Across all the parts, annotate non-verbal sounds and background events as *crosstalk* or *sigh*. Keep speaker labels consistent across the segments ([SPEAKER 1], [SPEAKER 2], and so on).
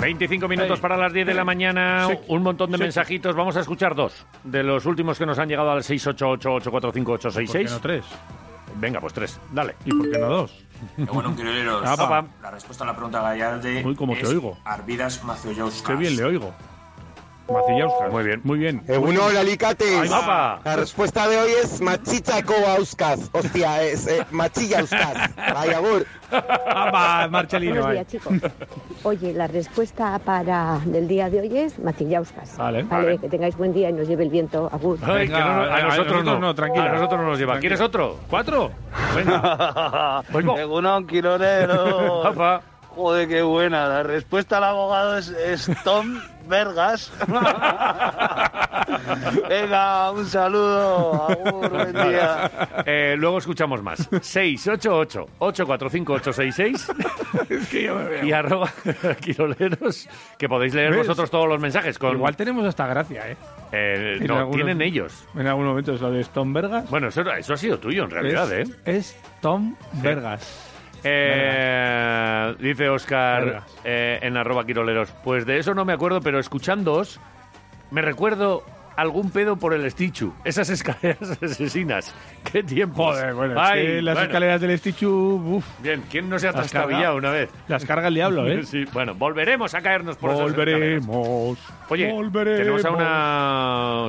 [SPEAKER 1] 25 minutos para las 10 de la mañana, un montón de mensajitos. Vamos a escuchar dos de los últimos que nos han llegado al
[SPEAKER 2] ¿Por qué
[SPEAKER 1] 688845866.
[SPEAKER 2] no tres?
[SPEAKER 1] Venga, pues tres, dale.
[SPEAKER 2] ¿Y por qué no dos?
[SPEAKER 3] Bueno, quiroleros,
[SPEAKER 2] Ah, papá.
[SPEAKER 3] la respuesta a la pregunta Gallarde
[SPEAKER 2] Uy, cómo te
[SPEAKER 3] es
[SPEAKER 2] oigo.
[SPEAKER 3] Arvidas Maciollauskas.
[SPEAKER 2] Qué bien le oigo. Macillauskas.
[SPEAKER 1] Muy bien.
[SPEAKER 2] Muy *laughs* bien.
[SPEAKER 4] Eguno hola
[SPEAKER 1] ¡Ay,
[SPEAKER 4] alicates.
[SPEAKER 1] guapa!
[SPEAKER 4] La respuesta de hoy es machichaco auscas. Hostia, es eh, machillauskas. Vaya, agur.
[SPEAKER 2] Ah, va, Marcelino.
[SPEAKER 5] Buenos días, chicos. Oye, la respuesta para del día de hoy es macillauscas.
[SPEAKER 2] Vale.
[SPEAKER 1] Vale.
[SPEAKER 5] que tengáis buen día y nos lleve el viento. Agur.
[SPEAKER 1] Ay,
[SPEAKER 2] Venga,
[SPEAKER 1] que no, no, a,
[SPEAKER 2] a- a
[SPEAKER 1] nosotros
[SPEAKER 2] nosotros
[SPEAKER 1] no,
[SPEAKER 2] no, tranquila.
[SPEAKER 1] A nosotros no nos lleva. ¿Quieres otro?
[SPEAKER 2] ¿Cuatro? *laughs*
[SPEAKER 1] Venga, Oigo.
[SPEAKER 6] Egunon, Quilonero.
[SPEAKER 1] guapa.
[SPEAKER 6] Joder, qué buena. La respuesta al abogado es, es Tom Vergas. Venga, un saludo. Agur, buen día.
[SPEAKER 1] Eh, luego escuchamos más. 688-845-866
[SPEAKER 2] *laughs* Es que yo me veo.
[SPEAKER 1] y arroba *laughs* quiroleros, que podéis leer
[SPEAKER 2] ¿Ves?
[SPEAKER 1] vosotros todos los mensajes. Con,
[SPEAKER 2] Igual tenemos hasta gracia, ¿eh?
[SPEAKER 1] Eh,
[SPEAKER 2] en
[SPEAKER 1] no,
[SPEAKER 2] algunos-
[SPEAKER 1] tienen ellos.
[SPEAKER 2] En algún momento es lo de Tom Vergas.
[SPEAKER 1] Bueno, eso, eso ha sido tuyo en realidad, ¿eh?
[SPEAKER 2] es, es Tom Vergas.
[SPEAKER 1] Eh, dice Oscar
[SPEAKER 2] Verga.
[SPEAKER 1] eh, en arroba quiroleros. Pues de eso no me acuerdo, pero escuchándoos me recuerdo algún pedo por el Stichu. Esas escaleras *laughs* asesinas. ¡Qué tiempo!
[SPEAKER 2] Joder, bueno, es que las escaleras del Stichu, uf,
[SPEAKER 1] Bien, ¿quién no se ha
[SPEAKER 2] Las
[SPEAKER 1] trastabillado
[SPEAKER 2] cargado.
[SPEAKER 1] una vez?
[SPEAKER 2] las carga el diablo, *laughs*
[SPEAKER 1] *laughs*
[SPEAKER 2] ¿eh?
[SPEAKER 1] Sí, bueno, volveremos a caernos por esas escaleras.
[SPEAKER 2] Volveremos.
[SPEAKER 1] Oye,
[SPEAKER 2] volveremos.
[SPEAKER 1] tenemos a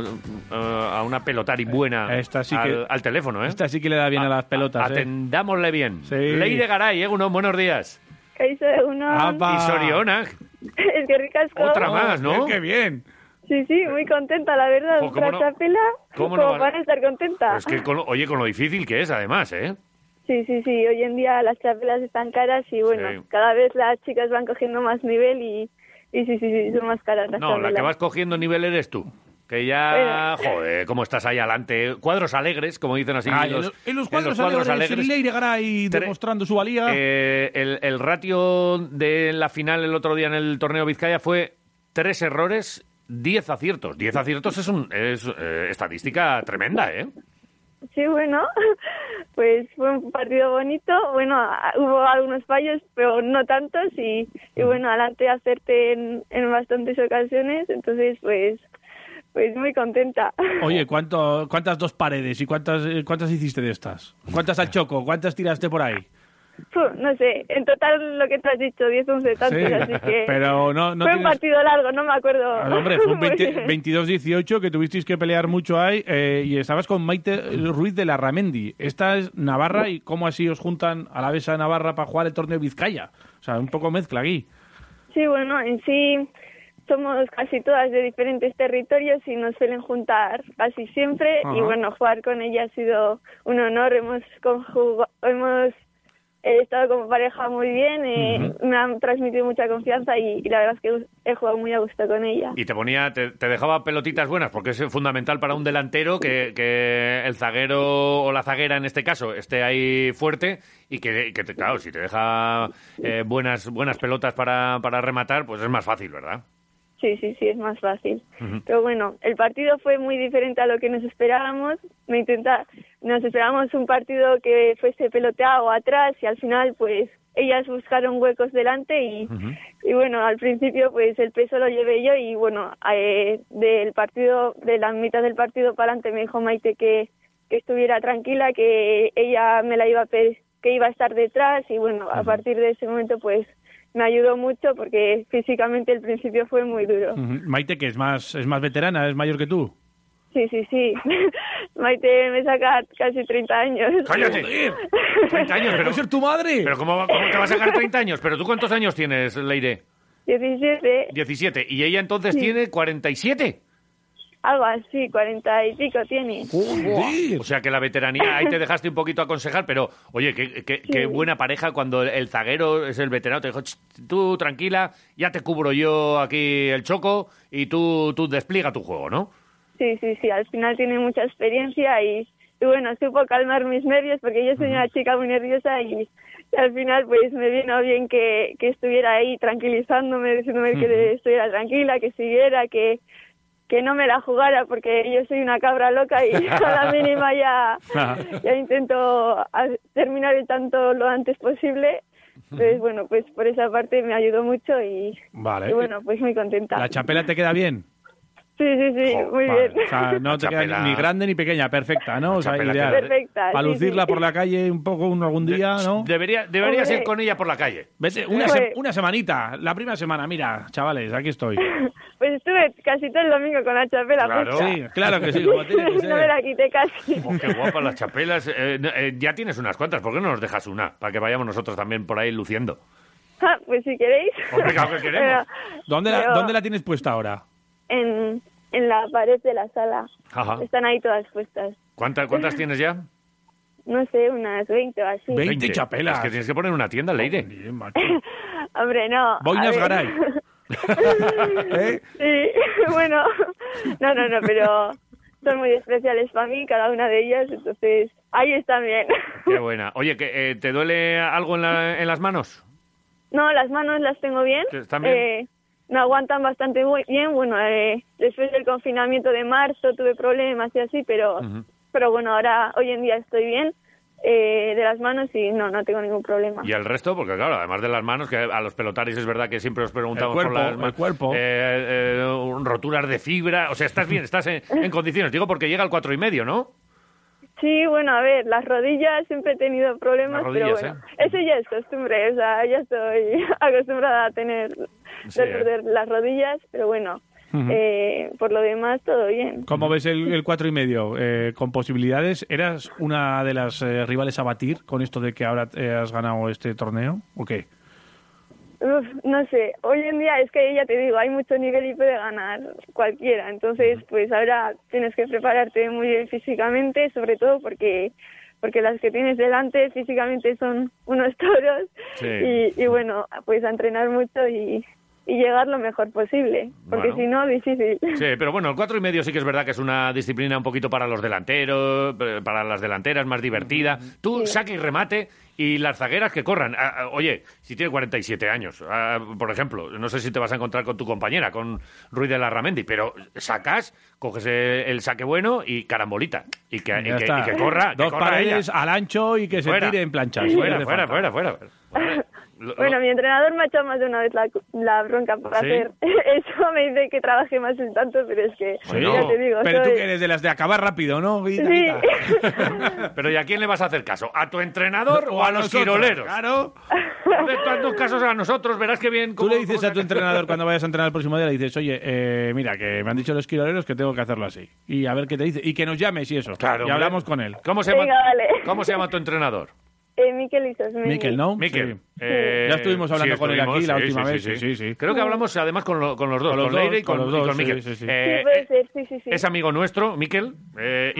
[SPEAKER 1] una, eh, a una pelotari buena
[SPEAKER 2] esta sí que-
[SPEAKER 1] al, al teléfono, ¿eh?
[SPEAKER 2] Esta sí que le da bien a, las pelotas, ¿eh?
[SPEAKER 1] Atendámosle bien.
[SPEAKER 2] Sí.
[SPEAKER 1] Leire Garay, Egunon, buenos días.
[SPEAKER 7] Kaixo egunon,
[SPEAKER 2] Apa.
[SPEAKER 1] Y Soriona,
[SPEAKER 7] *laughs* es que ricasco.
[SPEAKER 1] Ah, otra más,
[SPEAKER 2] Joder,
[SPEAKER 1] ¿no?
[SPEAKER 2] ¡Qué bien!
[SPEAKER 7] Sí, sí, muy contenta, la verdad.
[SPEAKER 1] Jo, cómo no-
[SPEAKER 7] Tras la pela,
[SPEAKER 1] cómo
[SPEAKER 7] ¿cómo,
[SPEAKER 1] no van-
[SPEAKER 7] van a estar contenta?
[SPEAKER 1] Pues que con lo- oye, con lo difícil que es, además, ¿eh?
[SPEAKER 7] Sí, sí, sí, hoy en día las chapelas están caras y bueno,
[SPEAKER 1] Sí.
[SPEAKER 7] cada vez las chicas van cogiendo más nivel y, y sí, sí, sí, son más caras las
[SPEAKER 1] No, la
[SPEAKER 7] chapelas.
[SPEAKER 1] que vas cogiendo nivel eres tú. Que ya, joder, cómo estás ahí adelante. Cuadros alegres, como dicen así.
[SPEAKER 2] Ah, en, los, en los cuadros, alegres, Leire Garay
[SPEAKER 1] Tre-
[SPEAKER 2] demostrando su valía.
[SPEAKER 1] Eh, el, el ratio de la final el otro día en el torneo Vizcaya fue tres errores, diez aciertos. Diez aciertos es, un, es eh, estadística tremenda, ¿eh?
[SPEAKER 7] Sí, bueno, *laughs* pues fue un partido bonito. Bueno, a- hubo algunos fallos, pero no tantos y, y bueno, adelante hacerte en, en bastantes ocasiones, entonces pues, pues muy contenta. *laughs*
[SPEAKER 2] Oye, ¿cuánto, ¿cuántas dos paredes y cuántas, eh, cuántas hiciste de estas? ¿Cuántas al choco? ¿Cuántas tiraste por ahí?
[SPEAKER 7] Puh, no sé, en total lo que te has dicho, 10, 11 tantos,
[SPEAKER 2] Sí,
[SPEAKER 7] así que...
[SPEAKER 2] *laughs* pero no- no
[SPEAKER 7] fue un
[SPEAKER 2] tienes-
[SPEAKER 7] partido largo, no me acuerdo.
[SPEAKER 2] Ah, hombre, fue un
[SPEAKER 7] *laughs* muy
[SPEAKER 2] 20
[SPEAKER 7] bien.
[SPEAKER 2] 22-18 que tuvisteis que pelear mucho ahí eh, y estabas con Maite Ruiz de la Ramendi. Esta es Navarra y cómo así os juntan a la besa Navarra para jugar el torneo Vizcaya. O sea, un poco mezcla aquí.
[SPEAKER 7] Sí, bueno, en sí somos casi todas de diferentes territorios y nos suelen juntar casi siempre. Y
[SPEAKER 2] Ajá.
[SPEAKER 7] bueno, jugar con ella ha sido un honor. Hemos, conjuga- hemos eh, estado como pareja muy bien, eh, me han transmitido mucha confianza y, y la verdad es que he jugado muy a gusto con ella.
[SPEAKER 1] Y te ponía, te, te dejaba pelotitas buenas, porque es fundamental para un delantero que, que el zaguero o la zaguera en este caso esté ahí fuerte y que, que te- claro, si te deja eh, buenas, buenas pelotas para, para rematar, pues es más fácil, ¿verdad?
[SPEAKER 7] Sí, sí, sí, es más fácil. Pero bueno, el partido fue muy diferente a lo que nos esperábamos. Me intenta, nos esperábamos un partido que fuese peloteado atrás y al final, pues, ellas buscaron huecos delante y, y bueno, al principio, pues, el peso lo llevé yo y bueno, eh, del partido, de la mitad del partido para adelante me dijo Maite que, que estuviera tranquila, que ella me la iba a pe- que iba a estar detrás y bueno, a partir de ese momento, pues, me ayudó mucho porque físicamente el principio fue muy duro.
[SPEAKER 2] Ujú. Maite, que es más, es más veterana, es mayor que tú.
[SPEAKER 7] Sí, sí, sí. *laughs* Maite me saca casi 30 años. *laughs*
[SPEAKER 1] ¡Cállate! 30 años, pero,
[SPEAKER 2] ¿Puede ser tu madre?
[SPEAKER 1] pero ¿cómo, va- cómo te va a sacar 30 años? ¿Pero tú cuántos años tienes, Leire?
[SPEAKER 7] 17,
[SPEAKER 1] 17. ¿Y ella entonces tiene 47?
[SPEAKER 7] algo así, 40 y pico tiene.
[SPEAKER 1] O sea que la veteranía, ahí te dejaste un poquito aconsejar, pero oye, qué, qué- qué buena pareja cuando el, el zaguero es el veterano. Te dijo, "Ch, tú tranquila, ya te cubro yo aquí el choco y tú, tú despliega tu juego, ¿no?
[SPEAKER 7] Sí, sí, sí. Al final tiene mucha experiencia y, y bueno, supo calmar mis nervios porque yo soy una chica muy nerviosa y, y al final pues me vino bien que, que estuviera ahí tranquilizándome, diciéndome que estuviera tranquila, que siguiera, que que no me la jugara porque yo soy una cabra loca y *laughs* a
[SPEAKER 2] *laughs*
[SPEAKER 7] la mínima ya, ya intento a- terminar el tanto lo antes posible Entonces, bueno, pues por esa parte me ayudó mucho y,
[SPEAKER 2] Vale.
[SPEAKER 7] y bueno, pues muy contenta.
[SPEAKER 2] ¿La chapela te queda bien?
[SPEAKER 7] Sí, sí, sí,
[SPEAKER 1] Jo,
[SPEAKER 7] muy
[SPEAKER 2] Vale,
[SPEAKER 7] bien.
[SPEAKER 2] O sea, no te queda
[SPEAKER 1] Chapela.
[SPEAKER 2] ni grande ni pequeña, perfecta, ¿no? O sea,
[SPEAKER 1] Chapela
[SPEAKER 2] ideal.
[SPEAKER 1] que-
[SPEAKER 7] Perfecta,
[SPEAKER 2] Para
[SPEAKER 7] sí,
[SPEAKER 2] lucirla
[SPEAKER 7] sí.
[SPEAKER 2] por la calle un poco un, algún día, ¿no?
[SPEAKER 1] Debería, deberías
[SPEAKER 7] Hombre.
[SPEAKER 1] ir con ella por la calle.
[SPEAKER 2] Vete, una,
[SPEAKER 7] Pues-
[SPEAKER 2] se- una semanita, la primera semana, mira, chavales, aquí estoy.
[SPEAKER 7] Pues estuve casi todo el domingo con la chapela
[SPEAKER 1] Claro.
[SPEAKER 7] puesta.
[SPEAKER 2] Sí, claro que sí, como tiene que
[SPEAKER 7] *laughs* no me
[SPEAKER 2] ser.
[SPEAKER 7] la
[SPEAKER 2] *laughs*
[SPEAKER 7] quité casi.
[SPEAKER 1] Oh, qué guapas las chapelas. Eh, no, eh, ya tienes unas cuantas, ¿por qué no nos dejas una? Para que vayamos nosotros también por ahí luciendo.
[SPEAKER 7] *laughs* Ah, pues si queréis.
[SPEAKER 1] Hombre, claro
[SPEAKER 7] *laughs*
[SPEAKER 1] que queremos.
[SPEAKER 7] Pero-
[SPEAKER 2] ¿Dónde la,
[SPEAKER 7] pero
[SPEAKER 2] ¿Dónde la tienes puesta ahora?
[SPEAKER 7] En, en la pared de la sala.
[SPEAKER 2] Ah.
[SPEAKER 1] Ajá.
[SPEAKER 7] Están ahí todas puestas.
[SPEAKER 1] ¿Cuántas, cuántas tienes ya?
[SPEAKER 7] No sé, unas 20 o así.
[SPEAKER 2] Ve- 20 chapelas.
[SPEAKER 1] Es que tienes que poner una tienda, Leire.
[SPEAKER 2] Bien, macho.
[SPEAKER 7] *laughs* Hombre, no. a
[SPEAKER 2] Boinas
[SPEAKER 7] ver.
[SPEAKER 2] Garay.
[SPEAKER 7] *laughs*
[SPEAKER 2] *laughs* ¿Eh?
[SPEAKER 7] Sí, *laughs* bueno. No, no, no, pero son muy especiales para mí, cada una de ellas. Entonces, ahí están bien. *laughs*
[SPEAKER 1] Qué buena. Oye, que, eh, ¿te duele algo en, la- en las manos?
[SPEAKER 7] No, las manos las tengo bien.
[SPEAKER 1] ¿Están bien?
[SPEAKER 7] Eh, me aguantan bastante bu- bien. Bueno, eh, después del confinamiento de marzo tuve problemas y así, pero, pero bueno, ahora hoy en día estoy bien eh, de las manos y no, no tengo ningún problema.
[SPEAKER 1] Y el resto, porque claro, además de las manos, que a los pelotaris es verdad que siempre os preguntamos
[SPEAKER 2] El cuerpo,
[SPEAKER 1] por las manos.
[SPEAKER 2] el cuerpo.
[SPEAKER 1] Eh, eh, roturas de fibra. O sea, estás bien, estás en, en condiciones. Digo porque llega al cuatro y medio, ¿no?
[SPEAKER 7] Sí, bueno, a ver, las rodillas siempre he tenido problemas,
[SPEAKER 1] Las rodillas, ¿eh?
[SPEAKER 7] pero bueno, eso ya es costumbre, o sea, ya estoy *laughs* acostumbrada a tener,
[SPEAKER 1] Sí,
[SPEAKER 7] de
[SPEAKER 1] ¿eh?
[SPEAKER 7] perder las rodillas, pero bueno, eh, por lo demás todo bien.
[SPEAKER 2] ¿Cómo ves el, el cuatro y medio? Eh, con posibilidades, ¿eras una de las eh, rivales a batir con esto de que ahora eh, has ganado este torneo? ¿O qué?
[SPEAKER 7] Uf, no sé, hoy en día es que ya te digo, hay mucho nivel y puede ganar cualquiera, entonces pues ahora tienes que prepararte muy bien físicamente, sobre todo porque porque las que tienes delante físicamente son unos *laughs* toros
[SPEAKER 1] Sí.
[SPEAKER 7] y, y bueno, pues a entrenar mucho y, y llegar lo mejor posible, porque
[SPEAKER 1] Bueno.
[SPEAKER 7] si no, difícil. *laughs*
[SPEAKER 1] Sí, pero bueno, el cuatro y medio sí que es verdad que es una disciplina un poquito para los delanteros, eh, para las delanteras más divertida. Tú saque y remate y las zagueras que corran. Ah, ah, Oye, si tiene 47 años, ah, por ejemplo, no sé si te vas a encontrar con tu compañera, con Ruiz de Larramendi, pero sacas, coges eh, el saque bueno y carambolita. Y que, y
[SPEAKER 2] Ya
[SPEAKER 1] que-
[SPEAKER 2] está.
[SPEAKER 1] y que corra. que
[SPEAKER 2] Dos
[SPEAKER 1] corra
[SPEAKER 2] paredes
[SPEAKER 1] ella.
[SPEAKER 2] al ancho y que
[SPEAKER 1] Fuera.
[SPEAKER 2] se tire en planchas.
[SPEAKER 1] Fuera,
[SPEAKER 2] No hace
[SPEAKER 1] fuera,
[SPEAKER 2] falta.
[SPEAKER 1] fuera, fuera,
[SPEAKER 2] *laughs*
[SPEAKER 1] fuera. Lo- *laughs*
[SPEAKER 7] Bueno,
[SPEAKER 1] lo-
[SPEAKER 7] mi entrenador me ha echado más de una vez la, la bronca por
[SPEAKER 1] ¿Sí?
[SPEAKER 7] hacer *laughs* eso, me dice que trabaje más en tanto, pero es que
[SPEAKER 1] Bueno.
[SPEAKER 7] ya te digo,
[SPEAKER 2] Pero tú
[SPEAKER 7] soy-
[SPEAKER 2] que eres de las de acabar rápido, ¿no? Guita,
[SPEAKER 7] Sí.
[SPEAKER 2] guita.
[SPEAKER 7] *laughs*
[SPEAKER 1] Pero ¿y a quién le vas a hacer caso? ¿A tu entrenador o a, los
[SPEAKER 2] nosotros,
[SPEAKER 1] tiroleros?
[SPEAKER 2] Claro.
[SPEAKER 1] Hazle tantos casos a nosotros, verás que bien.
[SPEAKER 2] Tú
[SPEAKER 1] cómo-
[SPEAKER 2] le dices
[SPEAKER 1] cómo
[SPEAKER 2] a tu
[SPEAKER 1] saca-
[SPEAKER 2] entrenador cuando vayas a entrenar el próximo día, le dices, oye, eh, mira, que me han dicho los quiroleros que tengo que hacerlo así. Y a ver qué te dice. Y que nos llames y eso.
[SPEAKER 1] Claro,
[SPEAKER 2] y
[SPEAKER 1] hombre.
[SPEAKER 2] hablamos con él.
[SPEAKER 1] ¿Cómo se, llama,
[SPEAKER 7] Venga, vale.
[SPEAKER 1] ¿Cómo se llama tu entrenador?
[SPEAKER 7] Eh, Mikel Izosmendi.
[SPEAKER 2] Miquel, ¿no?
[SPEAKER 1] Miquel.
[SPEAKER 2] Sí.
[SPEAKER 1] Eh,
[SPEAKER 2] Ya estuvimos hablando con él aquí la
[SPEAKER 1] sí,
[SPEAKER 2] última
[SPEAKER 1] sí,
[SPEAKER 2] vez,
[SPEAKER 1] sí,
[SPEAKER 2] sí, sí, sí.
[SPEAKER 1] Creo que hablamos además con, lo- con los dos,
[SPEAKER 2] Con
[SPEAKER 1] con,
[SPEAKER 2] los
[SPEAKER 1] Leire y
[SPEAKER 2] dos,
[SPEAKER 1] con,
[SPEAKER 2] con los dos,
[SPEAKER 1] y con Miquel.
[SPEAKER 2] sí, sí, sí.
[SPEAKER 1] Eh,
[SPEAKER 7] Sí, puede
[SPEAKER 1] eh,
[SPEAKER 7] ser, sí, sí, sí.
[SPEAKER 1] es amigo nuestro, Miquel, eh,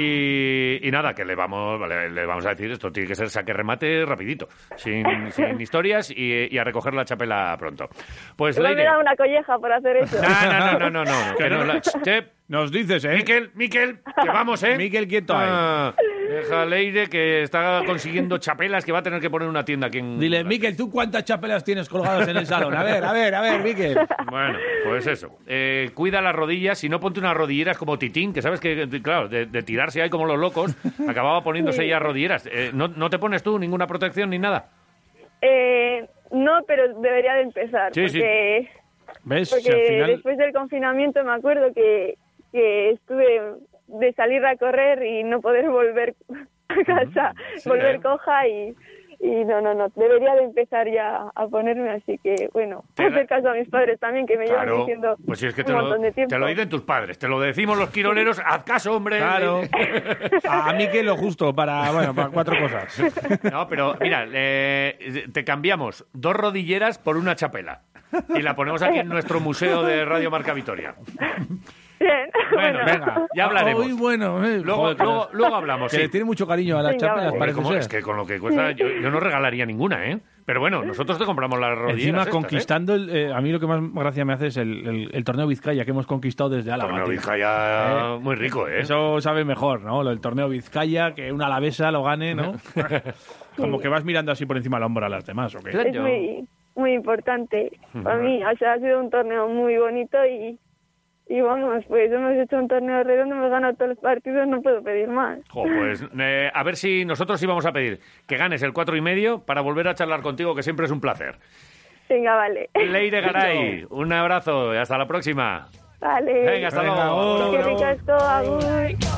[SPEAKER 1] y, y nada, que le vamos, vale, le vamos a decir esto, tiene que ser saque remate rapidito,
[SPEAKER 7] *laughs*
[SPEAKER 1] sin, sin historias y, y a recoger la chapela pronto. Pues
[SPEAKER 7] Me
[SPEAKER 1] Leire...
[SPEAKER 7] he dado una colleja por hacer eso.
[SPEAKER 1] No, no, no, no, no,
[SPEAKER 2] *laughs*
[SPEAKER 1] no, que no, la- che,
[SPEAKER 2] Nos dices, ¿eh?
[SPEAKER 1] Miquel, Miquel, que vamos, ¿eh?
[SPEAKER 2] Miquel, quieto ahí.
[SPEAKER 1] Ah, deja a Leire que está consiguiendo chapelas que va a tener que poner una tienda aquí en...
[SPEAKER 2] Dile, Miquel, ¿tú cuántas chapelas tienes colgadas en el salón? A ver, a ver, a ver, Miquel.
[SPEAKER 1] Bueno, pues eso. Eh, cuida las rodillas. Si no, ponte unas rodilleras como Titín, que sabes que, claro, de, de tirarse ahí como los locos, acababa poniéndose ya rodilleras. Eh, ¿no, no te pones tú ninguna protección ni nada?
[SPEAKER 7] *laughs* Eh, no, pero debería de empezar.
[SPEAKER 1] Sí, sí.
[SPEAKER 7] porque
[SPEAKER 2] ¿Ves? Si
[SPEAKER 7] porque
[SPEAKER 2] al final...
[SPEAKER 7] después del confinamiento me acuerdo que, que estuve de salir a correr y no poder volver *laughs* a casa,
[SPEAKER 1] sí,
[SPEAKER 7] volver
[SPEAKER 1] ¿eh?
[SPEAKER 7] coja y, y no, no, no. Debería de empezar ya a ponerme, así que bueno,
[SPEAKER 1] Te da-
[SPEAKER 7] hacer caso a mis padres también, que me llevan
[SPEAKER 1] Claro.
[SPEAKER 7] diciendo
[SPEAKER 1] Pues si es que
[SPEAKER 7] un
[SPEAKER 1] te lo,
[SPEAKER 7] montón de tiempo.
[SPEAKER 1] te lo dicen tus padres. Te lo decimos los quiroleros. Haz caso, hombre.
[SPEAKER 2] Claro. A Miquel lo justo para, bueno, para cuatro cosas.
[SPEAKER 1] No, pero mira, eh, te cambiamos dos rodilleras por una chapela. Y la ponemos aquí en nuestro museo de Radio Marca Vitoria.
[SPEAKER 7] *laughs* Bien,
[SPEAKER 1] Bueno,
[SPEAKER 7] bueno.
[SPEAKER 1] venga, ya hablaremos.
[SPEAKER 2] Uy, Ah, bueno. eh,
[SPEAKER 1] Luego,
[SPEAKER 2] joder, que
[SPEAKER 1] luego,
[SPEAKER 2] les-
[SPEAKER 1] luego hablamos.
[SPEAKER 2] Que
[SPEAKER 1] sí.
[SPEAKER 2] le tiene mucho cariño a las
[SPEAKER 7] Venga,
[SPEAKER 2] chapelas,
[SPEAKER 7] vale.
[SPEAKER 1] Hombre,
[SPEAKER 2] parece
[SPEAKER 1] ¿cómo?
[SPEAKER 2] ser.
[SPEAKER 1] Es que con lo que cuesta, yo, yo no regalaría ninguna, ¿eh? Pero bueno, nosotros te compramos las rodillas.
[SPEAKER 2] Encima
[SPEAKER 1] estas,
[SPEAKER 2] conquistando, el, eh, a mí lo que más gracia me hace es el, el- el torneo Vizcaya que hemos conquistado desde
[SPEAKER 1] ¿eh?
[SPEAKER 2] Álava.
[SPEAKER 1] Torneo
[SPEAKER 2] tío.
[SPEAKER 1] Vizcaya, muy rico, ¿eh?
[SPEAKER 2] Eso sabe mejor, ¿no? Lo del torneo Vizcaya, que una alavesa lo gane,
[SPEAKER 1] *laughs*
[SPEAKER 2] ¿no? Como que vas mirando así por encima del hombro a las demás, ¿o qué?
[SPEAKER 1] Claro.
[SPEAKER 7] es muy, muy importante para mí. O sea, ha sido un torneo muy bonito y, Y vamos, pues hemos hecho un torneo redondo, hemos ganado todos los partidos, no puedo pedir más.
[SPEAKER 1] Jo, pues eh, a ver si nosotros íbamos a pedir que ganes el cuatro y medio para volver a charlar contigo, que siempre es un placer.
[SPEAKER 7] Venga, vale.
[SPEAKER 1] Leire Garay, un abrazo y hasta la próxima.
[SPEAKER 7] *laughs* Vale.
[SPEAKER 1] Venga, hasta
[SPEAKER 2] Venga,
[SPEAKER 1] luego.
[SPEAKER 2] hola.
[SPEAKER 7] Qué ricasco, agur.